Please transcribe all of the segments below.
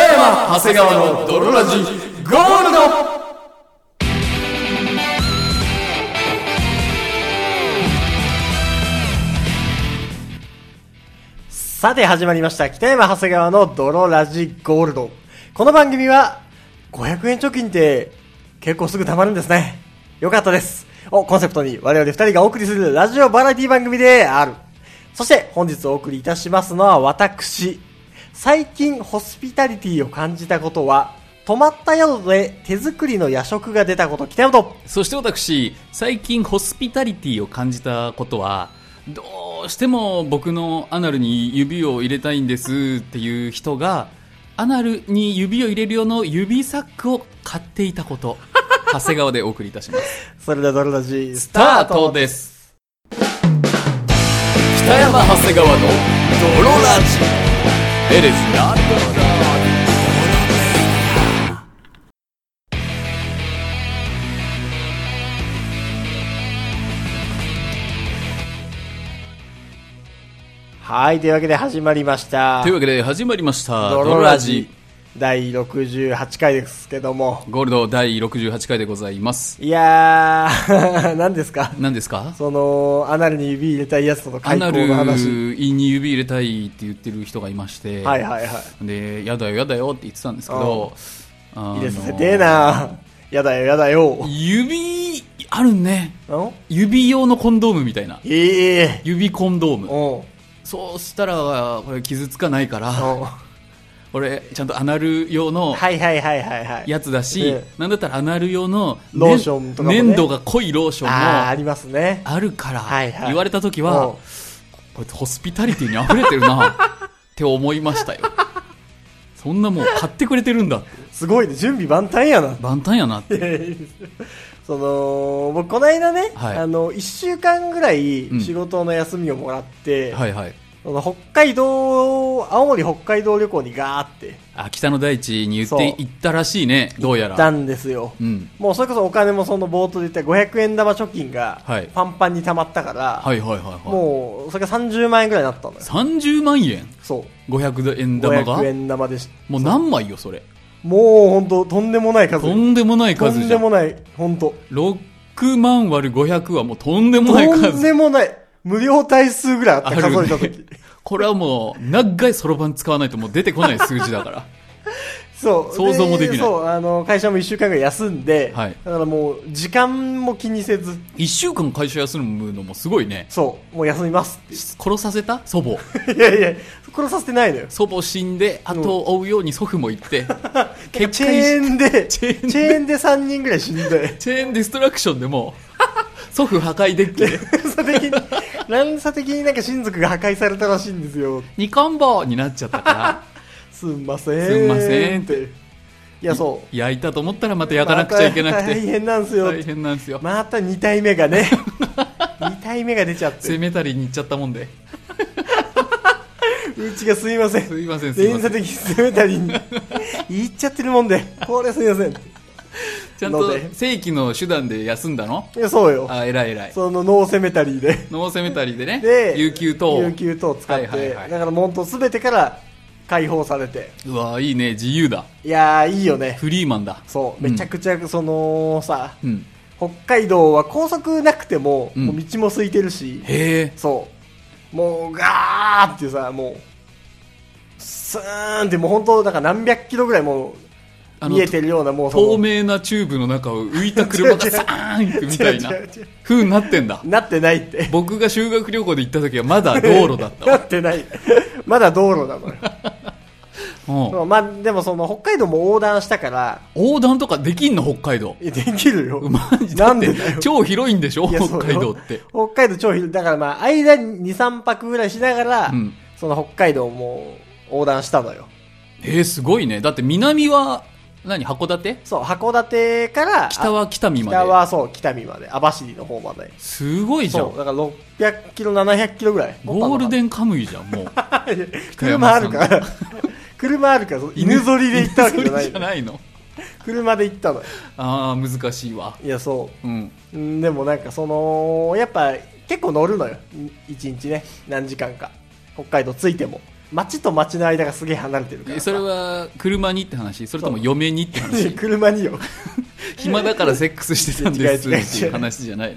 長谷川の泥ラジゴールドさて始まりました北山長谷川の泥ラジゴールドこの番組は500円貯金って結構すぐ貯まるんですねよかったですをコンセプトに我々2人がお送りするラジオバラエティ番組であるそして本日お送りいたしますのは私最近ホスピタリティを感じたことは泊まった宿で手作りの夜食が出たこと北山とそして私、最近ホスピタリティを感じたことは、どうしても僕のアナルに指を入れたいんですっていう人が、アナルに指を入れる用の指サックを買っていたこと。長谷川でお送りいた します。それでは泥ラジスタートです。北山長谷川の泥ラジエレスなはいというわけで始まりましたというわけで始まりました、ドドロロララジジ。第68回ですけどもゴールド第68回でございます。いやー 何ですか何ですかそのアナルに指入れたいやつとのア開ナ口の話ルに指入れたいって言ってる人がいまして、はいはいはいで、やだよやだよって言ってたんですけど、あの入れさせてえなやだよやだよ指、あるね。の指用のコンドームみたいな。ええ指コンドーー、ム。おうそうしたら、これ傷つかないから、おう俺、ちゃんとアナル用のはいはいはいはいはいやつだしええ、なんだったらアナル用のねローションとかもね粘度が濃いローショあああンもりますねあるからはいはい、言われた時おうは、こいつホスピタリティに溢れてる なって思いましたよ。そんなもう買ってくれてるんだ。すごいね準備万端やな万端やなって。その僕この間ね、はいあの1週間ぐらいうん仕事の休みをもらって、はいはい。その北海道青森北海道旅行にガーってあ、北の大地に言そうって行ったらしいね、どうや行ら。ったんですよ、うん。もうそれこそお金もその冒頭で言った500円玉貯金がはいパンパンに溜まったから、はいはいはいはい。もうそれが30万円ぐらいになったのよ30万円そう500円玉が500円玉でしもう何枚よそれもう本当とんでもない数とんでもないと数んじでゃんもない本当6万割る500はもうとんでもないとん数でもない無料対数ぐらいあったあるね数えた 時これはもう長いそろばん使わないともう出てこない数字だからそう想像もできないそうあの会社も1週間ぐらい休んで、はいだからもう時間も気にせず1週間会社休むのもすごいねそうもう休みますって殺させた祖母いやいや、殺させてないのよ。祖母死んで後を追うように祖父も行って チ結界ェーンで、チチェェーンでーンで3人ぐらい死んで、チェーンディストラクション でもう祖父破壊デッキで乱差的に、乱差的になんか親族が破壊されたらしいんですよ。二冠棒になっちゃった からすんません。すんませんっていや、そう。焼いたと思ったらまた焼かなくちゃいけなくまた大て変なんですよ。大変なんですよまた2体目がね、2体目が出ちゃって攻、めたりに行っちゃったもんで。うちがすいません。すいません、すいま連せ鎖ん。的に攻めたり に、言っちゃってるもんで、これすいません。いちゃんのとで正規の手段で休んだのや、そうよ。あ、偉い偉い。そのノーセメタリーで。ノーセメタリーでね。で、有給等。有給等を使って、はいはいはいだからもう本当すべてから解放されて。うわいいね、自由だ。いやー、いいよね。フリーマンだ。そう、んめちゃくちゃ、そのさ、うん。北海道は高速なくても、うんもう道も空いてるし、へえ。そう。もう、ガーってさ、もう、スーンって、もう本当、だから何百キロぐらいもう、あの見えてるような、もうその透明なチューブの中を浮いた車がサーン行くみたいな違う違う違う風になってんだ。なってないって。 僕が修学旅行で行った時はまだ道路だったなわ。ってない。まだ道路なのよ。 うん そうまあ、でもその、北海道も横断したから、横断とかできんの北海道。いやできるよ。マジだ なっんてでだよ。超広いんでしょいやそう北海道って。北海道超広い。だからまあ、間に2、3泊ぐらいしながら、うんその北海道も横断したのよ。えー、すごいね。だって南は、何函館そう、函館から、北は北見あまで。北はそう、北見まで、網走の方まで。すごいじゃそんう、。だから600キロ、700キロぐらい。ゴールン。デンカムイじゃん、もう。 車あるから、車あるから、その犬ぞりで行ったわけじゃな犬いぞりじゃないの。車で行ったのよ。ああ、難しいわ。いや、そうん。ううん。でもなんかその、やっぱ結構乗るのよ。1日ね、何時間か。北海道着いても。町と町の間がすげえ離れてるからえそれは車にって話それとも嫁にって 話車によ暇だからセックスしてたんです違う違う違うっていう話じゃないのい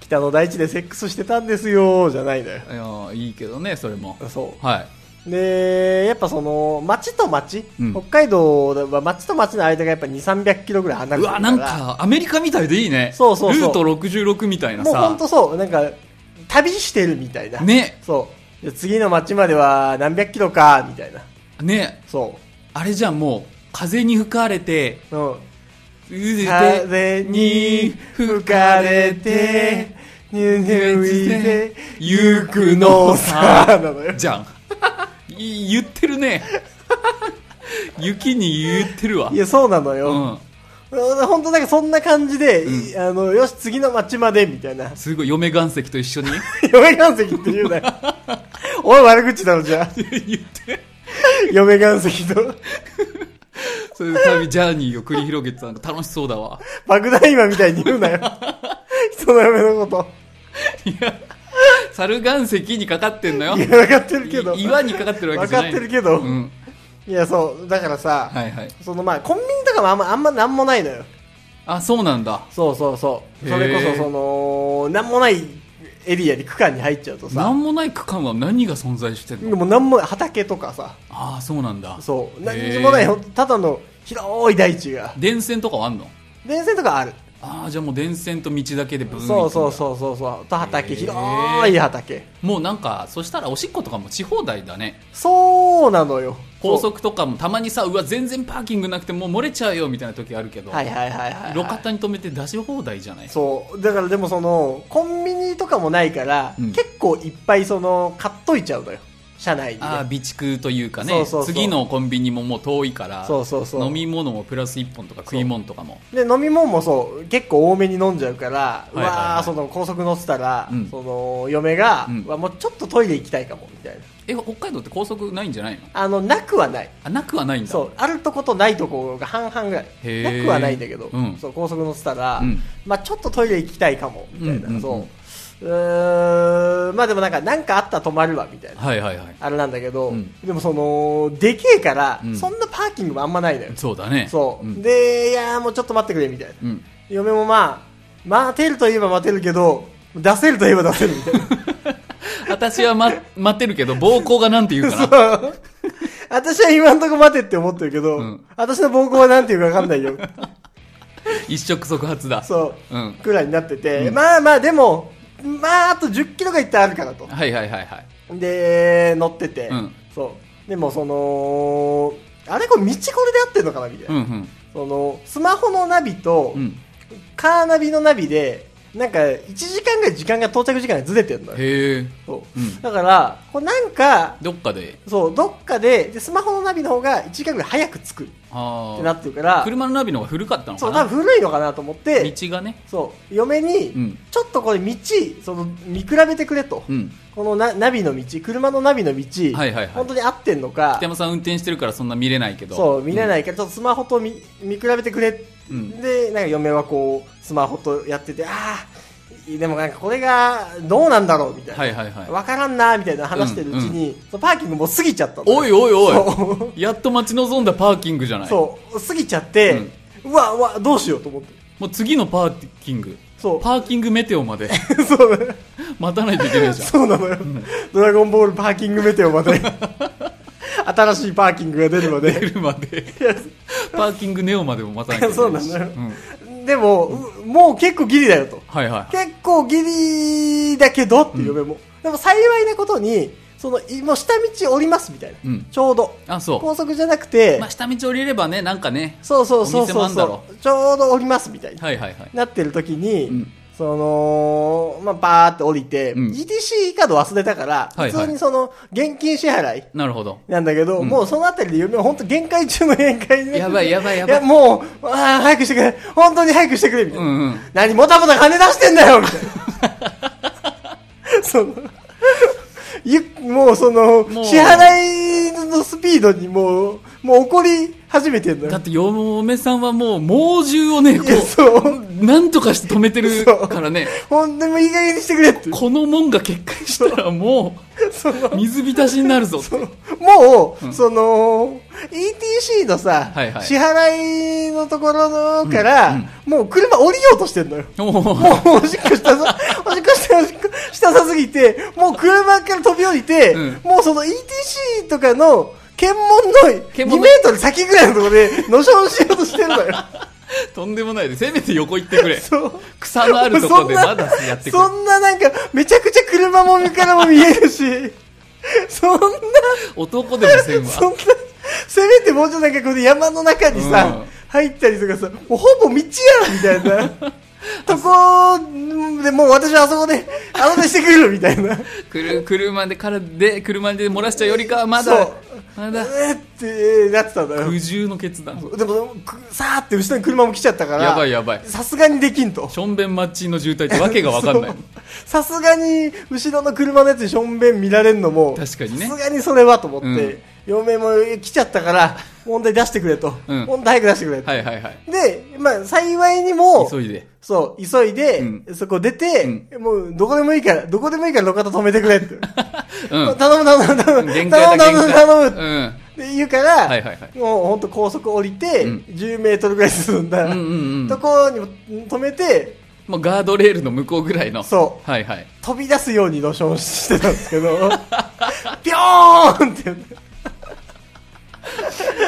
北の大地でセックスしてたんですよじゃないのよやーいいけどねそれもそはうでやっぱその町と町、うん北海道は町と町の間がやっぱ2 3 0 0キロぐらい離いれてるうわからなんかアメリカみたいでいいねそうそうそうルート66みたいなもう本さ当そうなんか旅してるみたいなねそうで次の町までは何百キロかみたいなねそあれじゃんもう風に吹かれてう、うん、風風に吹かれて、ぬぬいて、ゆゆくくののささ、なのよ。じゃん い言ってるね 雪に言ってるわ いや、そうなのうよ。ん本当なんかそんな感じで、う。あの、よし、次の街まで、みたいな すごい嫁岩石と一緒に嫁岩石って言うな よ。おい、悪口だろ、じゃあ。言って嫁岩石と。そういう旅ジャーニーを繰り広げてたの楽しそうだわ爆弾今みたいに言う なよ。人の嫁のこいや 猿岩石にかかってんのよと。いや、分かってるけど。い岩にかかってるわけじゃないわかってるけどうん、いや、そう。だからさ、はいはいそのまあ、コンビニとかもあんま、あんまなんもないのよ。あそうなんだそうそうそう。それへこーそ、その、なんもないエリアに区間に入っちゃうとさ、何もない区間は何が存在してんのでもなんもない畑とかさ、ああそうなんだそう、へー何にもない、ほんとただの広い大地が、電線とかはあんの電線とかある。ああじゃあもう電線と道だけでブーンそうそううそうそうそう。とへ畑、ー広い畑。もうなんかそしたらおしっことかもし放題だねそうなのよ。高速とかもたまにさうわ全然パーキングなくてもう漏れちゃうよみたいな時あるけど、そう。はいはいはいはい、路肩に止めて出し放題じゃないそう。だからでもその、コンビニとかもないから、うん結構いっぱいその、買っといちゃうのよ。車内に、ね。ああ備蓄というかねそうそうそう次のコンビニももう遠いからそうそうそう飲み物もプラス1本とか食い物とかもで飲み物もそう結構多めに飲んじゃうから、いはいはいうわーその高速乗ってたら、うんその嫁が、ううんわもうちょっとトイレ行きたいかもみたいなえ北海道って高速ないんじゃないのあのなくはないあなくはないんだそうあるとことないとこが半々ぐらいへーなくはないんだけど、うんそう高速乗ってたら、うんまあ、ちょっとトイレ行きたいかもみたいな、うんうんうんそううーんまあでもなんかなんかあったら止まるわみたいなはいはいはいあれなんだけど、うんでもそのでけえから、うんそんなパーキングもあんまないのよそうだねそう、んでいやーもうちょっと待ってくれみたいな、うん嫁もまあ、待てるといえば待てるけど、出せるといえば出せるみたいな。私は、ま、 待ってるけど暴行がなんて言うかな 私は今んとこ待てって思ってるけど、うん私の暴行はなんていうかわかんないよ。一触即発だ、そうん、くらいになってて、まあまあでも、まああと10キロがいったらあるからと。はいはいはいはいで、乗ってて、うんそう。でもその、あれこれ道これで合ってんのかなみたいな。うんうんその、スマホのナビと、うんカーナビのナビで、なんか1時間ぐらい時間が到着時間がずれてんのよ。へえそううんだから、こうなんか、どっかでそう、どっかで、で、スマホのナビの方が1時間ぐらい早く着くっあてなあってるから、車のナビの方が古かったのそかう、多な道分古いのかなと思って、がねそう、嫁に、うんちょっとこれ道、その、見比べてくれと。うんこのなナビの道、車のナビの道、はいはいはい本当に合ってんのか北、山さん運転してるからそんな見れないけどそう、見れい、ないから、ちょっとスマホと見見比べてくれ、うんで、なんか嫁はこう、スマホとやってて、ああ、でもなんかこれがどうなんだろうみたいな。はいはいはいわからんなみたいな話してるうちに、そのパーキングもう過ぎちゃったのよおいおいおそいやっと待ち望んだパーキングじゃないそう過ぎちゃって、うわうわどうしようと思って もう次のパーキングそうパーキングメテオまで そう待たないといけないじゃんそうなのよ、ドラゴンボールパーキングメテオま で新しいパーキングが出るまで出るま でパーキングネオまでも待たないといけないしそうなのよんでも、うもう結構ギリだよとはいはい結構ギリだけどっていう嫁も、でも幸いなことにそのいもう下道降りますみたいな、うんちょうどあそう高速じゃなくて、まあ、下道降りればねなんかねそうそうそうお店もそあうんだろそうちょうど降りますみたいな、はいはいはいなってる時に、うんその、まあ、バーって降りて、うん GTC カード忘れたから、はいはい普通にその、現金支払いなるほどなんだけど、もうそのあたりで夢は本当限界中の限界で。やばいやばいやばいいや、もう、ああ、早くしてくれ。本当に早くしてくれ、みたいな。うんうん何、もたもた金出してんだよみた いな。その、ゆもうそのもう、支払いのスピードにもう、もう怒り始めてんのだよっ。て嫁さんはもう猛獣をねこいや、そう。うなんとかして止めてるからねほんでもいい加減にしてくれって。このもんが決壊したらもそう水浸しになるぞってもう、その、ETC のさ、はいはい支払いのところのから、うんもう車降りようとしてんのよ。もうもうおしっこした さ、おしっこした、おしっこしたさすぎて、もう車から飛び降りて、うんもうその ETC とかの検問の2検問のメートル先ぐらいのところで、のしょしようとしてんのよ。とんでもないでせめて横行ってくれそう。草のあるとこでまだやってくれそんななんか、めちゃくちゃ車も見からも見えるし、そんな、男でもせんそんわな、せめてもうちょっとなんかこの山の中にさ、うん入ったりとかさ、もうほぼ道やんみたい な。とこでもう私はあそこで、あなたしてくるみたいな。くる車でからで車で漏らしちゃうよりかはまだそうまうだえってなってたんだよ苦。渋の決断でも、くさーって後ろに車も来ちゃったから、やばいやばいさすがにできんと。しょんべんマッチンの渋滞ってわけがわかんない そうさすがに後ろの車のやつにしょんべん見られるのも確かにねさすがにそれはと思って、うん嫁も来ちゃったから問題出してくれと、うん問題早く出してくれと、はいはいはいで、まあ、幸いにも急いでそう急いで、うそこ出て、もうどこでもいいからどこでもいいから路肩止めてくれ って、うん頼む頼む頼む頼限む頼む界だ限頼む界頼むっうんて言うから、はいはいはいもう本当高速降りて、うん10メートルぐらい進んだ、うんうんうんとこにも止めてもうガードレールの向こうぐらいのそうはいはい飛び出すようにロションしてたんですけど、 ぴょーんって、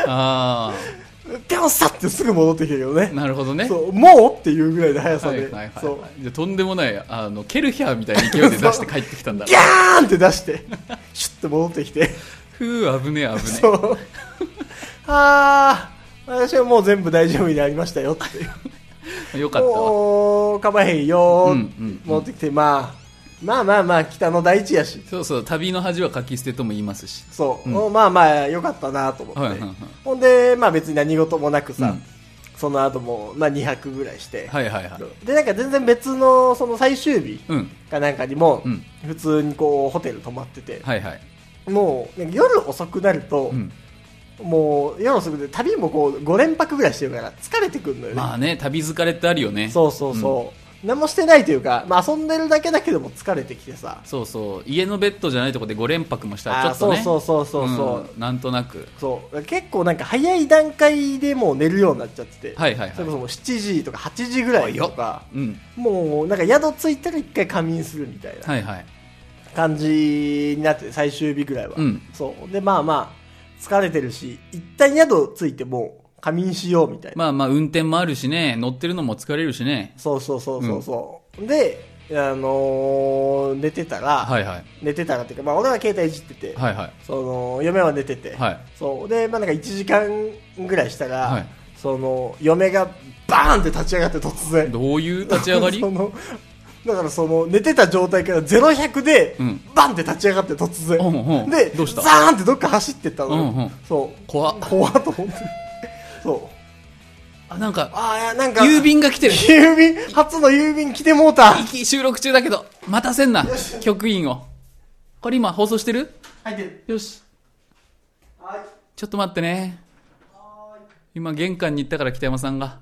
あぴょんさってすぐ戻ってきてるけどあね。なるほどねそう、もうっていうぐらいの速さはいで、はいはいそう、じゃあとんでもないあのケルヒャーみたいな勢いで出して帰ってきたんだギャーンって出して、シュッて戻ってきて、ふう危ねえ危ねそう、あー、私はもう全部大丈夫になりましたよっていう。えよかったわもう、かまへんよー、うんうんうん戻ってきて、まあ、まあまあまあ、北の大地やし、そうそう旅の恥はかき捨てとも言いますしそう、うまあまあ良かったなと思って、はいはいはいほんで、まあ、別に何事もなくさ、うんその後も、まあ、2泊ぐらいして、はいはいはいでなんか全然別のその最終日うんかなんかにも、うん普通にこうホテル泊まってて、はいはいもう夜遅くなると、うんもう夜遅くで旅もこう5連泊ぐらいしてるから疲れてくるのよね、まあね旅疲れってあるよねそうそうそう、何もしてないというか、まあ、遊んでるだけだけども疲れてきてさそうそう家のベッドじゃないとこで5連泊もしたらちょあーっとねそうそうそうそうそううんなんとなくそう結構なんか早い段階でもう寝るようになっちゃってて、はいはいはいそれこそもう7時とか8時ぐらいとかうんもうなんか宿着いたら一回仮眠するみたいなはいはい感じになってて最終日ぐらいは、うんそうでまあまあ疲れてるし一旦宿着いてもう仮眠しようみたいな、まあまあ運転もあるしね乗ってるのも疲れるしねそうそうそうそうそう、であのー寝てたら、はいはい寝てたらっていうか、まあ、俺は携帯いじってて、はいはいその嫁は寝てて、はいそうで、まあ、なんか1時間ぐらいしたら、はいその嫁がバーンって立ち上がって突然どういう立ち上が りそのだからその寝てた状態から0100で、うんバンって立ち上がって突然、うんうんでどうしたザーンってどっか走ってったのよ、うんうんそう怖っ怖っと思ってそうあなんかああいやなんか郵便が来てる 郵便初の郵便来てもうた息収録中だけど待たせんな局員をこれ今放送してる入ってるよしはいちょっと待ってね今玄関に行ったから北山さんが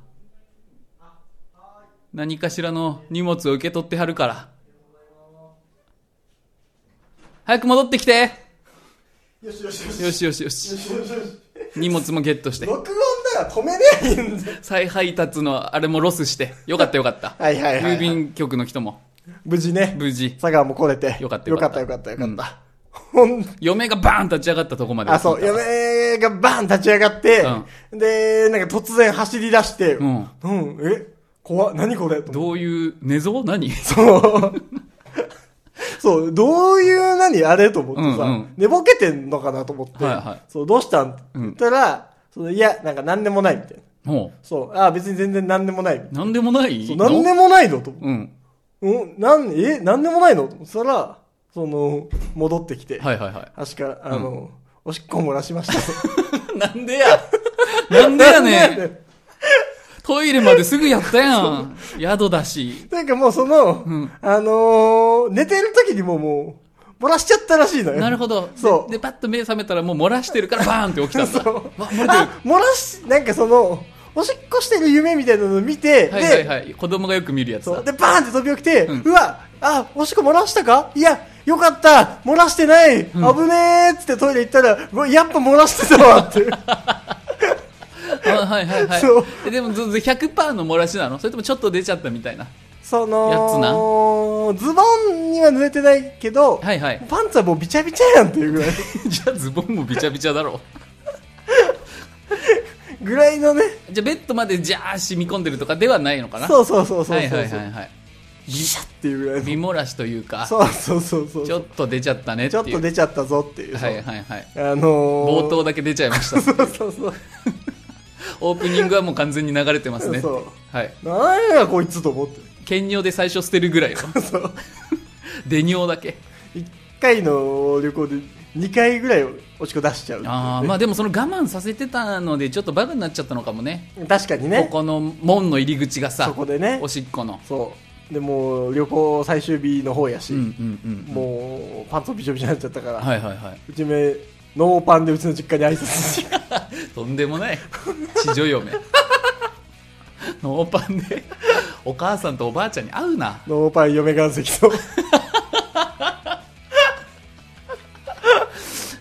何かしらの荷物を受け取ってはるから早く戻ってきてよしよしよしよしよしよしよしよし荷物もゲットして録音だから止めりゃいいんだよ再配達のあれもロスしてよかったよかった はいはいはいはい郵便局の人も無事ね無事佐川も来れてよかったよよかかっよったたかったよかったほん嫁がバーン立ち上がったとこまであ、そう、嫁がバーン立ち上がって、で、なんか突然走り出して、ううんん、え怖っ何これと思ってどういう寝相何そう。そう、どういう何あれと思ってさ、うんうん寝ぼけてんのかなと思って、はいはいそう、どうしたんって言ったら、そのいや、なんか何でもないみたいな。もそう、あ、別に全然何でもないみたいう何でもないな。そう、何でもないのと思って。うんうん、なん、え、なんでもないのと思ったら、その、戻ってきて、はいはいは確か、あの、おしっこ漏らしました。いなんでや なん でやねんんトイレまですぐやったやん宿だしなんかもうその、あのー寝てる時にももう、漏らしちゃったらしいのよ。なるほど。そうで、でパッと目覚めたらもう漏らしてるからバーンって起きたん だ。そうわ漏れてるあ、漏らし、なんかその、おしっこしてる夢みたいなのを見て、はいはいで、はい。子供がよく見るやつそだう、。で、バーンって飛び起きて、うんうわ、あ、おしっこ漏らしたかいや、よかった漏らしてない、ん危ねえっつってトイレ行ったら、うわやっぱ漏らしてたわって。あはいはいはい。そうえでもずず100%の漏らしなのそれともちょっと出ちゃったみたいな。そやの、ズボンには濡れてないけど、は いはい。パンツはもうびちゃびちゃやんっていうぐらい、 じゃあズボンもびちゃびちゃだろぐらいのね、う。じゃあベッドまでじゃあ染み込んでるとかではないのかなそうそうそうそうそうそう、はいはいはいはい。っていうぐらい微の。漏らしというか、そうそうそうそう。ちょっと出ちゃったねってちいょう。っと出ちゃったぞっていう。はいはいはい。あのー、冒頭だけ出ちゃいました。そうそうそう。オープニングはもう完全に流れてますね。そうはい。なんやこいつと思って。兼尿で最初捨てるぐ らいの。そう。出尿だけ。 1回の旅行で2回ぐらいおしっこ出しちゃうっていうね、ああ、まあでもその我慢させてたので、ちょっとバグになっちゃったのかもね。確かにね。ここの門の入り口がさ、そこでねおしっこの。そう。でもう旅行最終日の方やし、うんうんうん。もうパンツもびちょびちょになっちゃったから、はいはいはい。うちめ、ノーパンでうちの実家に挨拶 しとんでもない。地女嫁。 ノーパンで、お母さんとおばあちゃんに会うな。ノーパン嫁岩石と、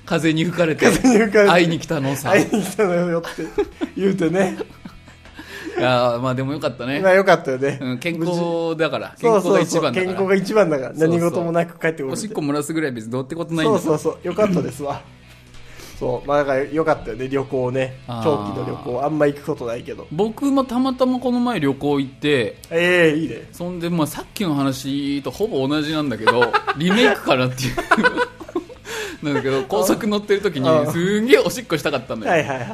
風に吹かれて、風に吹かれて会いに来たのさ。会いいに来たのよって言うてね。やーまあでもよかった ねま。あよかったよね。うん、健無事康だから。健そうそ康がう一そう。番だ健か康らが。一番だから、そうそう何事もなく帰ってこおれしてっこ漏らすぐらい別にどうってことないんそだうそううそう、よかったです わ。そう、まあだからよかったよね、旅行ね。あー長期の旅行、あんま行くことないけど。僕もたまたまこの前旅行行って、ええいいね。そんで、まあ、さっきの話とほぼ同じなんだ けどリメイクかなっていう なんだけど高速乗ってるあ時にあすんげえおしっこしたかったのよ、はいはいはい。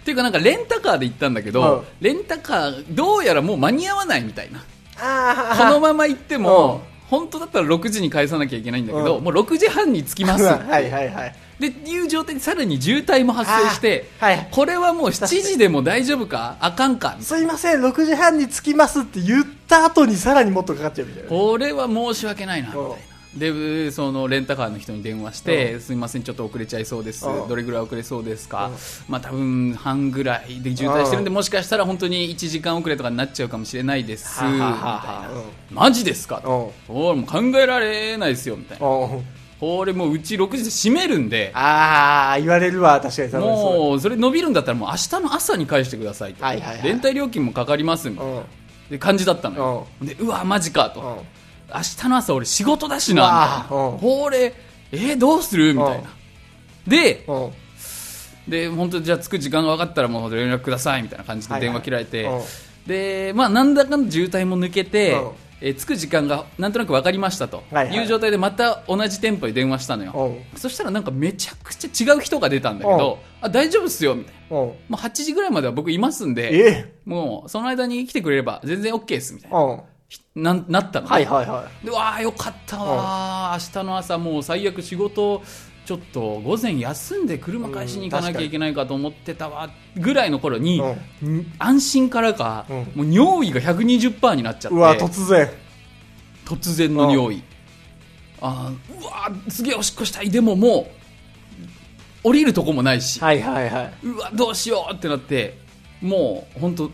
っていうかなんかレンタカーで行ったんだけどああレンタカーどうやらもう間に合わないみたいなあこのまま行ってもあ本当だったら6時に返さなきゃいけないんだけどうんもう6時半に着きますっ てはいはいはい。でいう状態でさらに渋滞も発生して、あーはいこれはもう7時でも大丈夫かあかんかみたいなすいません、6時半に着きますって言った後にさらにもっとかかっちゃうみたいな。これは申し訳ないなみたいうんなでそのレンタカーの人に電話して、うすみません、ちょっと遅れちゃいそうです、うんどれぐらい遅れそうですか、うんまあ多分半ぐらいで渋滞してるんで、うもしかしたら本当に1時間遅れとかになっちゃうかもしれないです、ははみたいはなは、マジですかうと、おいもう考えられないですよみたいな、ん。うん。これもううち6時で閉めるんで、ああ、言われるわ、確かにさう。もうそれ伸びるんだったら、もう明日の朝に返してくださいと、はいはいはい連帯料金もかかりますみたいなうん。で感じだったのよ、でうわ、マジかと。うん。明日の朝俺仕事だしなみたいうなわーうんこれえーどうするみたいなでうん。で本当じゃあ着く時間が分かったらもう連絡くださいみたいな感じで電話切られて、はいはいうんでまあなんだかんだ渋滞も抜けて、うんえー着く時間がなんとなく分かりましたとはいはいいう状態でまた同じ店舗に電話したのよ、うそしたらなんかめちゃくちゃ違う人が出たんだけど、あ大丈夫っすよみたいなうん。もう8時ぐらいまでは僕いますんでえもうその間に来てくれれば全然 OK ですみたいなうん。なんなったのね、はいはいはでわあよかったわー、明日の朝もう最悪仕事ちょっと午前休んで車返しに行かなきゃいけないかと思ってたわぐらいの頃に、ん安心からか、うんもう尿意が120%になっちゃっい。てうわ、突然。突然の尿意あーうわーすげえおしっこしたいでももう降りるとこもないし、はいはいはい。うわどうしようってなってもう本当び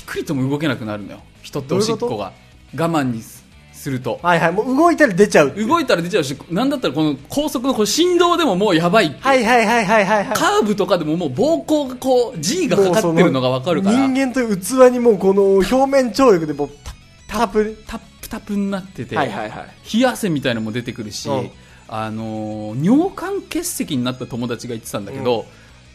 っくりとも動けなくなるのよ人っておしっこが我慢にすするとはいはい。もう動いたら出ちゃうっていう。動いたら出ちゃうし、なんだったらこの高速のこの振動でももうやばいっていうはいはいはいはいはいはい。カーブとかでももう膀胱がこう G がかかってるのがわかるから、人間という器にもうこの表面張力でもうタタップタップタップになってて、いはい冷や汗みたいのも出てくるし、うんあのー尿管結石になった友達が言ってたんだけど、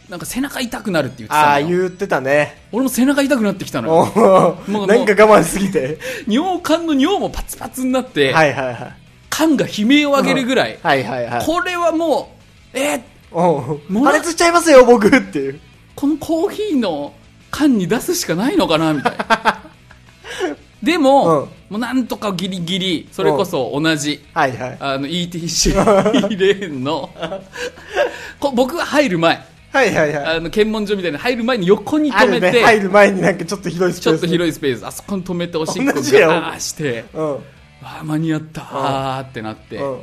なんか背中痛くなるって言ってあたあのよ。言ってたね俺も背中痛くなってきたのおよ。ーもうなんか我慢しすぎて尿管の尿もパツパツになって、はいはいはい管が悲鳴を上げるぐらい。はいはいはいこれはもう、えーおもう破ら裂しちゃいますよ僕っていうこのコーヒーの缶に出すしかないのかなみたいな でも、うんもうなんとかギリギリそれこそ同じ、はいはいあ の ETC レーンのこ僕が入る前はいはいはいあの検問所みたいに入る前に横にあ止るめて、ね入る前になんかちょっと広いスちペょーっスとい広いスペースあそこに止めておしっこ同じやんガーしてうんあー間に合った、あーってなって、うん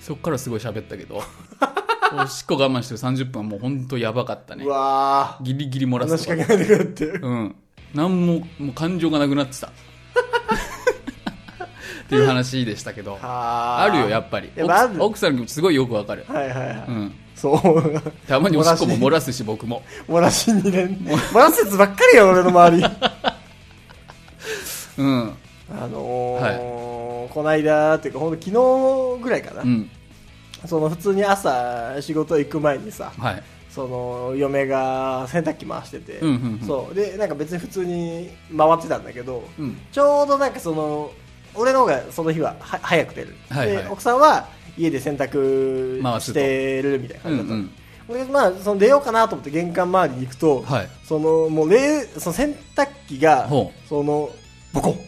そっからすごい喋ったけどおしっこ我慢してる30分はもう本当やばかったねうわギリギリ漏ーら話すしとかかけないでくれってうん何ももう感情がなくなってたっていう話でしたけどああーるよやっぱりやっぱある奥奥さんの気持ちすごいよくわかる、はいはいはい、うん、そうたまにおしっこも漏漏ららすし僕もし漏らしにね漏らすやつばっかりよ俺の周 りうんあのーこないだっていうかほんと昨日ぐらいかな、うんその普通に朝仕事行く前にさはいその嫁が洗濯機回してて、うんうんうんそうでなんか別に普通に回ってたんだけど、うんちょうどなんかその俺の方がその日はは早く出る、はいはいで奥さんは家で洗濯回すしとてるみたいなうん感じだったの、うん俺まあその出ようかなと思って玄関周りに行くと、はいそのもう冷その洗濯機がほそのボコン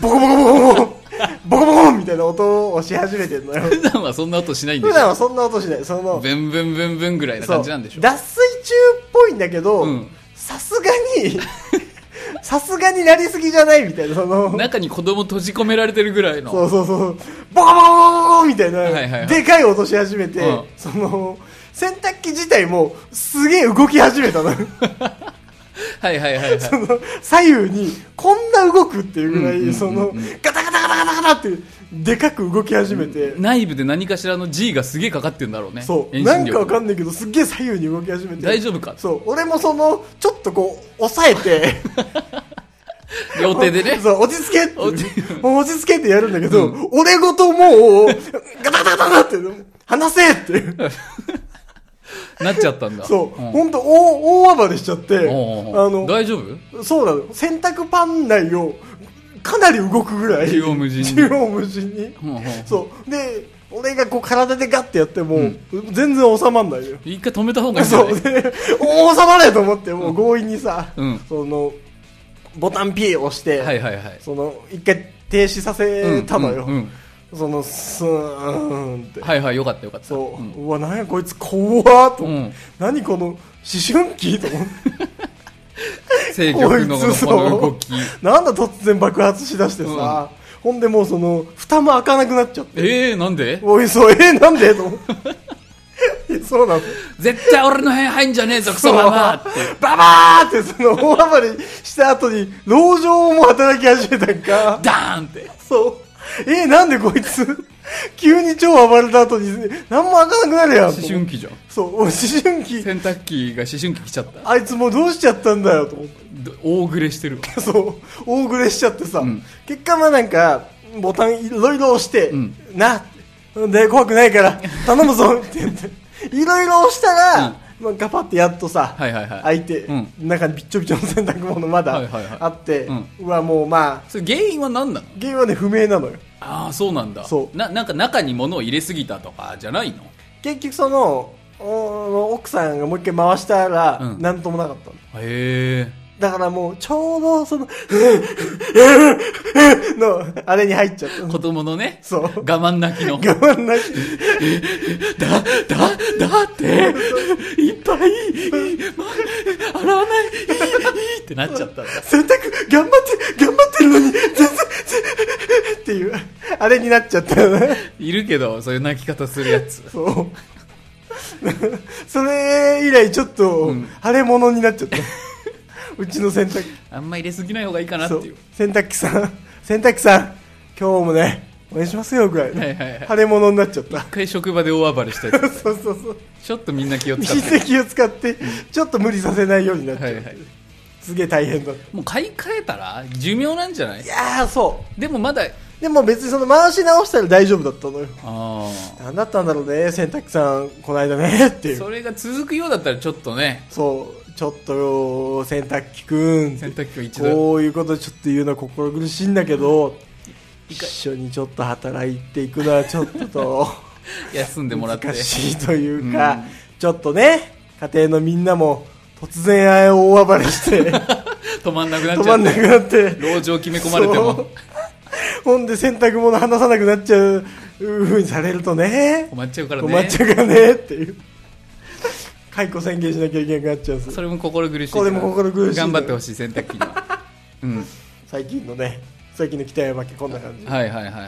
ボコボコボコボコンボコボコンみたいな音をし始めてるのよ普段はそんな音しないんで普し段ょはそんな音しないそのブンブンブンブンぐらいな感じなんでしそうょ脱水中っぽいんだけどうんさすが にさすがになりすぎじゃないみたいなその中に子供閉じ込められてるぐらいのそうそうそうボコボコボコボコみたいな、はいはいはいでかい音し始めて、うんその洗濯機自体もすげえ動き始めたの はいはいはいはいその左右にこんな動くっていうぐらい、うんうんうんうんそのガタガタガタガタガタってでかく動き始めて、内部で何かしらの G がすげえかかってるんだろうねそう遠な心ん力かわかんないけどすっげえ左右に動き始めて大丈夫かそう俺もそのちょっとこう押さえて両手でねそう、落ち着けって。落ちもう落ち着けってやるんだけど、俺ごともう、ガタガタガタガタって、離せっていう。なっちゃったんだそう、んほんと大、大暴れしちゃって、あおうおうおうの、大丈夫そうなの、洗濯パン内を、かなり動くぐらい。縦横無尽に縦横無尽にほうほうほうそう。で、俺がこう体でガッてやっても、全然収まんないよ。一回止めた方がいいんじゃそ。ないうで、 お収まれと思って、もう強引にさ、うんその、ボタン P を押して、はいはいはいその、一回停止させたのよ。うんうんうんその、スーンって。はいはいよかったよかったそうう。んうわ、なんやこいつ怖っと、うん何この、思春期と思って。制御不能こいのつこの動きなんだ突然爆発しだしてさ。ほんでもうその、蓋も開かなくなっちゃって。えー、なんでおい、そう、えー、なんでと思って。えそうなの絶対俺の部屋入んじゃねえぞクソババアってババーってその大暴れした後に、牢城も働き始めたんか。ダーンってそう。えー、なんでこいつ、 急に超暴れた後に、何も開かなくなるやんと思って。思春期じゃんそう、俺思春期、洗濯機が思春期来ちゃったあいつもうどうしちゃったんだよと思って。ど大暮れしてるわそう、大暮れしちゃってさ、ん結果まあなんか、ボタンいろいろ押して、んな、で、怖くないから、頼むぞって言って、いろいろ押したら、まあ、ガパってやっとさ、はいはいはい開いて、うん中にびっちょびちょの洗濯物まだはいはいはいあって、うんうわ、もうまあ、それ原因は何なの原因はね、不明なのよ。ああそうなんだそうななんか中に物を入れすぎたとかじゃないの結局その、お奥さんがもう一回回したら、うんなんともなかったの。へえだからもう、ちょうどその、 の、あれに入っちゃった。子供のねそう我慢泣きの 我慢なし。だ、だ、だって、いっぱい、ま、洗わない、いい、いいってなっちゃったんだ。洗濯、頑張って、頑張ってるのに、全然、全っていう、あれになっちゃったよね。いるけど、そういう泣き方するやつ。そう。それ以来ちょっと、腫れ物になっちゃった。うちの洗濯機。あんま入れすぎない方がいいかなってそいうう。。洗濯機さん、洗濯機さん、今日もね、お願いしますよ、ぐらいの。はいはいはい腫れ物になっちゃった 一。回職場で大暴れしたやつ。そうそうそう。ちょっとみんな気を使って。水石を使って、ちょっと無理させないようになっちゃう。はいはい。すげえ大変だった。いもう買い替えたら寿命なんじゃないやー、そでもまだ、う。でも別にその回し直したら大丈夫だったのよ。あなんだったんだろうね、洗濯機さん、こないだね、ってあ。いう。そそれが続くようだったらちょっとね、う、ちょっと、洗濯機くん。洗濯機を一度、こういうことちょっと言うのは心苦しいんだけど、一一回緒にちょっと働いていくのはちょっと、休んでもらって。難しいというか、ちょっとね、家庭のみんなも、突然あえ大暴れ して、止まんなくなっ止ちゃまうんなくなって、籠城決め込まれてそうも。ほんで洗濯物離さなくなっちゃうふうにされるとね困っちゃうからね。困っちゃうからねっていう解雇宣言しなきゃいけなくなっちゃうんですそれも心苦しいこれも心苦しい 頑張ってほしい洗濯機にはうん最近のね最近の北山家こんな感じ。はいはいはいは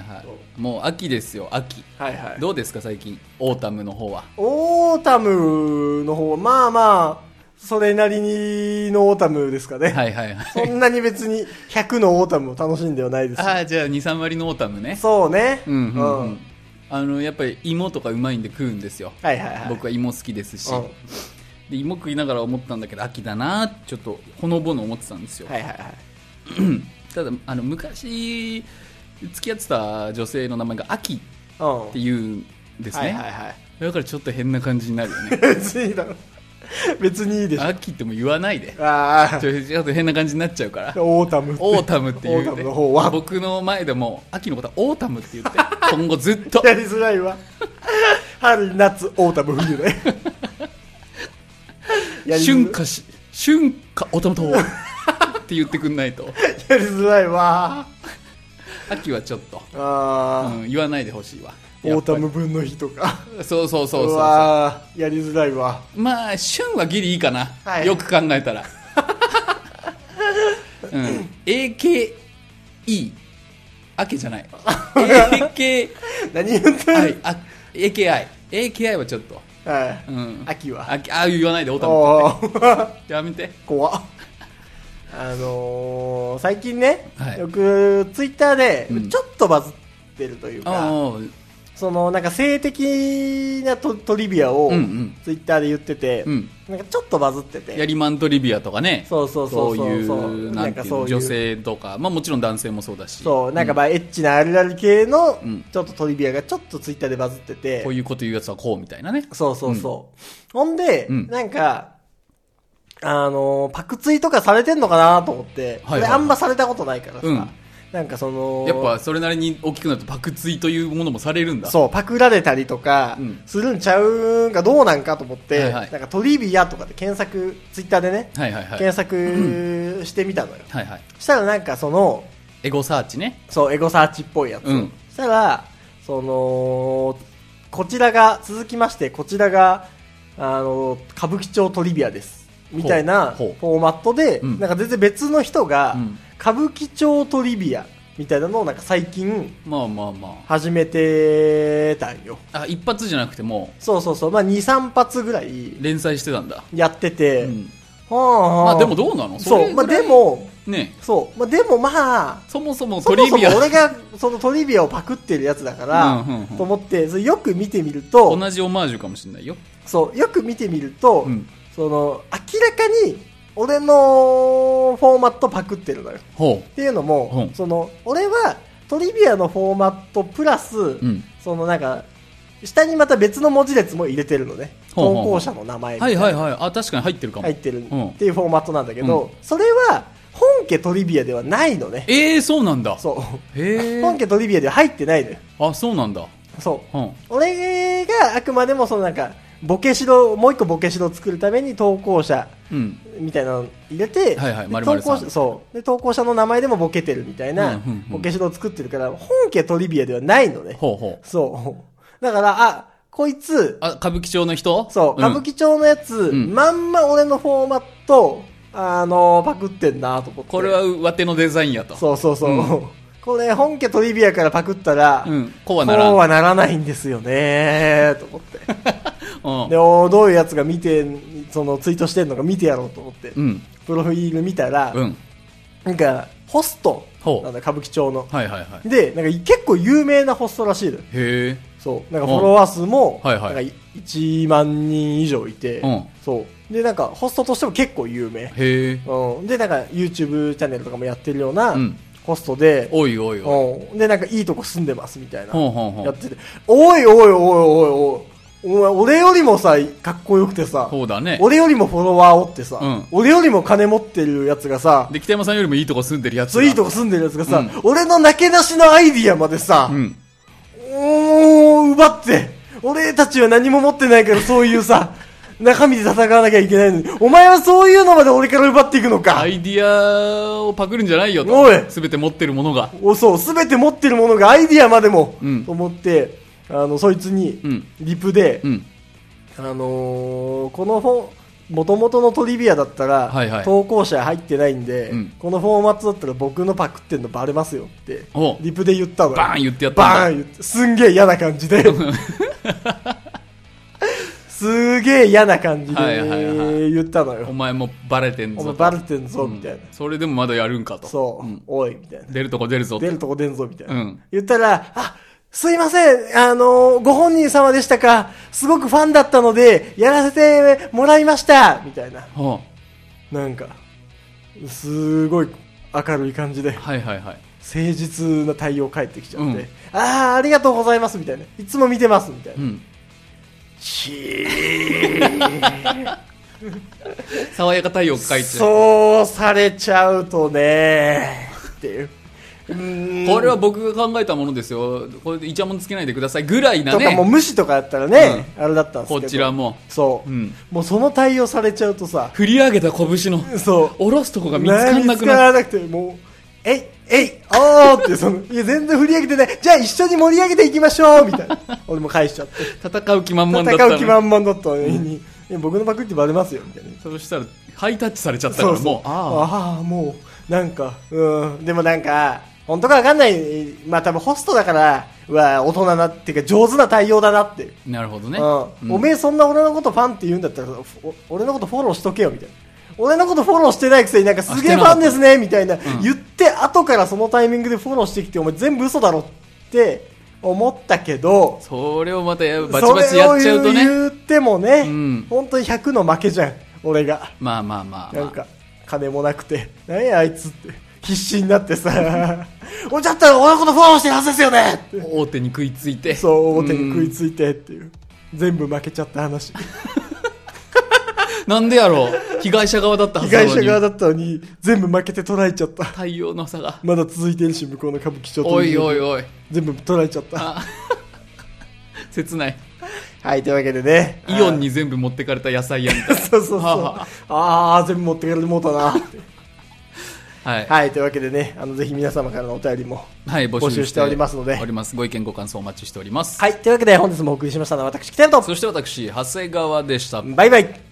いもう秋ですよ秋はいはい。どうですか最近オータムの方はオータムの方、まあまあ、それなりにのオータムですかね。はいはいはそいんなに別に100のオータムを楽しんではないですあ。あじゃあ23割のオータムねそうね。うんうん、うんうんあのやっぱり芋とかうまいんで食うんですよ、はいはいはい。僕は芋好きですし、うんで芋食いながら思ったんだけど秋だなってちょっとほのぼの思ってたんですよ、はいはいはい。ただあの昔付き合ってた女性の名前が秋うん。っていうんですはね、いはいはい。だからちょっと変な感じになるよね別にいいだろ。別にいい でしょ。秋ってもう言わないでああち。ょちょっと変な感じになっちゃうから オータムって。オータムっていう、ね、オータムの方は僕の前でも秋のことはオータムって言って 今後ずっとやりづらいわ。春、夏、オータム、冬ね。やりづ 春夏し春夏オータムとって言ってくんないとやりづらいわ。秋はちょっと、あうーん、言わないでほしいわオータやムっ分の日とか。ぱりそうそうそうそううわーやりづらいわ。まあ旬はギリいいかな、はいよく考えたら、 うん、AKE 秋じゃない AKI 何言ってるあ AKI AKI はちょっと、はうい。ん、秋は。ああ言わないでオータムおーやめて怖っあのー、最近ね、はいよくツイッターでうんちょっとバズってるというか、あそのなんか性的なトトリビアをうんうんツイッターで言ってて、うんなんかちょっとバズってあやて、りマントリビアとかねそうそうそうそういそううななんんてかいうそういのう女性とか、まあ、もちろん男性もそうだしそう、なんかこまあエッチなあるある系のうんちょっとトリビアがちょっとツイッターでバズってて、ういうこと言うやつはこうみたいなねそうそうそう。ほんで、うんなんか、あのーパクツイとかされてんのかなと思って、はいはい俺あんまされたことないからさ、うんなんかその、やっぱそれなりに大きくなるとパクツイというものもされるんだそう、パクられたりとかうん、するんちゃうんかどうなんかと思って、はいはいなんかトリビアとかで検索、ツイッターでね、はいはいはい検索してみたのよ。はいはいしたらなんかその、エゴサーチねそう、エゴサーチっぽいやつ。うんしたら、その、こちらが、続きまして、こちらが、あの、歌舞伎町トリビアです。みたいなフほうほォうーマットで、うんなんか全然別の人が、うん歌舞伎町トリビアみたいなのをなんか最近まあまあま始めてたんよ。ああ一発じゃなくてもそうそうそう。まあ、2、3発ぐらいう連載してたんだ、やってて、うんはあはまああでもどうなのそうれまあぐらいでも、ねそう、まあでもまあ、そもそもそトもリそビアも俺がそのトリビアをパクってるやつだから、うんうんうんと思って、それよく見てみると、同じオマージュかもしれないよ、そう、よく見てみると、うん、その、明らかに俺のフォーマットパクってるのよ。っほていうのも、うんその、俺はトリビアのフォーマットプラス、う、うん、そのなんか、下にまた別の文字列も入れてるのね。ほうほう投稿者の名前みたはいいなはいはいあ確かに入ってるかも、入ってるうんっていうフォーマットなんだけど、うんそれは本家トリビアではないのね。ええそうなんだそう。へえ本家トリビアでは入ってないのよ。あそうなんだそう。うん俺があくまでもそのなんか、ボケしろ、もう一個ボケしろを作るために投稿者うんみたいなの入れて、はいはいで〇投〇さ稿ん者、そう。で、投稿者の名前でもボケてるみたいな、うんうんうんボケしろを作ってるから、本家トリビアではないのね。ほうほうそう。だから、あ、こいつ、あ歌舞伎町の人そう、歌舞ん伎町のやつ、んまんま俺のフォーマット、あのパクってんなと思って。これは、わてのデザインやとそうそうそう。うこれ本家トリビアからパクったら、うんここうはうならんはならないんですよねと思って。うんで、おーどういうやつが見て、そのツイートしてんのか見てやろうと思って、うんプロフィール見たら、うんなんか、ホストほうなんだ、歌舞伎町の。はいはいはいで、なんか結構有名なホストらしいのよ。へえそう。なんかフォロワー数も、うんはいはいなんか1万人以上いて、うんそう。で、なんかホストとしても結構有名。へえうん。で、なんか YouTube チャンネルとかもやってるようなうんホストで、おいおいおいうん。で、なんかいいとこ住んでますみたいな。ほうほうほやっうてて、おいおいおいおいおい、お前俺よりもさ、かっこよくてさ、そうだね俺よりもフォロワーおってさ、うん俺よりも金持ってるやつがさ、で北山さんよりもいいとこ住んでるやつそがういいとこ住んでるやつがさ、うん俺のなけなしのアイディアまでさ、うんおー、奪って、俺たちは何も持ってないからそういう さ、中身で戦わなきゃいけないのに、お前はそういうのまで俺から奪っていくのか。アイディアをパクるんじゃないよとおい全て持ってるものがおそう、すべて持ってるものがアイディアまでも、うんと思って、あの、そいつにうん、リプで、うんあのーこの本、元々のトリビアだったら、はいはい投稿者入ってないんで、うんこのフォーマットだったら僕のパクってんのバレますよっておリプで言ったのよバーン言ってやったんだバーン言ってすんげえ嫌な感じ ですげえ嫌な感じはいはいはで言ったのよ、お前もバレてんおぞ前とバレてんぞみたいな、うんそれでもまだやるんかとそう、おいみたいな出るとこ出るぞと出るとこ出んぞみたいな、うん言ったら、あすいません、あのご本人様でしたか、すごくファンだったので、やらせてもらいましたみたいな、はなんか、すごい明るい感じであ、はいはいはい誠実な対応返ってきちゃって、うんああ、ありがとうございますみたいな、いつも見てますみたいうな、んしー爽やか太陽書いてそうされちゃうとねっていう。うーんこれは僕が考えたものですよこれでイチャモンつけないでくださいぐらいなとかもうね無視とかやったらね、あれだったんですけこどちらもそう、うんもうその対応されちゃうとさ、振り上げた拳のそう。下ろすとこが見つかんなくな見っつからなくて、もう、えい、えい、おーって、 その、いや、全然振り上げてない。じゃあ一緒に盛り上げていきましょうみたい な。俺も返しちゃって。て戦う気満々だった戦う気の満々だったのに、いや僕のパクってバレますよ、みたいな。そしたらハイタッチされちゃったかそうらそう。もうああーもう、なんか、うん。でもなんか、本当かわかんない。まあ多分ホストだから、は大人なっていうか上手な対応だなって。あなるほどねうんうんおめえそんな俺のことファンって言うんだったらお俺のことフォローしとけよみたいな俺のことフォローしてないくせになんかすげえあしてフなかァったンですねみたいな、ん言って後からそのタイミングでフォローしてきてお前全部嘘だろって思ったけどそれをまたやバチバチやっちゃうそとれねを言ってもね、ん本当に100の負けじゃん俺がまあまあまあなんまあか金もなくてなんやあいつって必死になってさ俺だったら俺のことフォローしてるはずですよねって大手に食いついてそう大手に食いつついてっていう全部負けちゃった話なんでやろう被害者側だったは被ずな害の者側にだったのに、全部負けて取られちゃった。太陽の差がまだ続いてるし、向こうの歌舞伎町とおいおいおい全部取られちゃった。あ切ないはい、というわけでね。イオンに。に全部持ってかれた野菜やみたいなそうそうそう。はああー、全部持ってかれてもうたな。はい、はい、というわけでね、あの、ぜひ皆様からのお便りも。はい、募募集しておりますのでおりますご意見ご感想お待ちしております、はい、というわけで本日もお送りしましたのは私、北野と。そして私長谷川でしたバイバイ。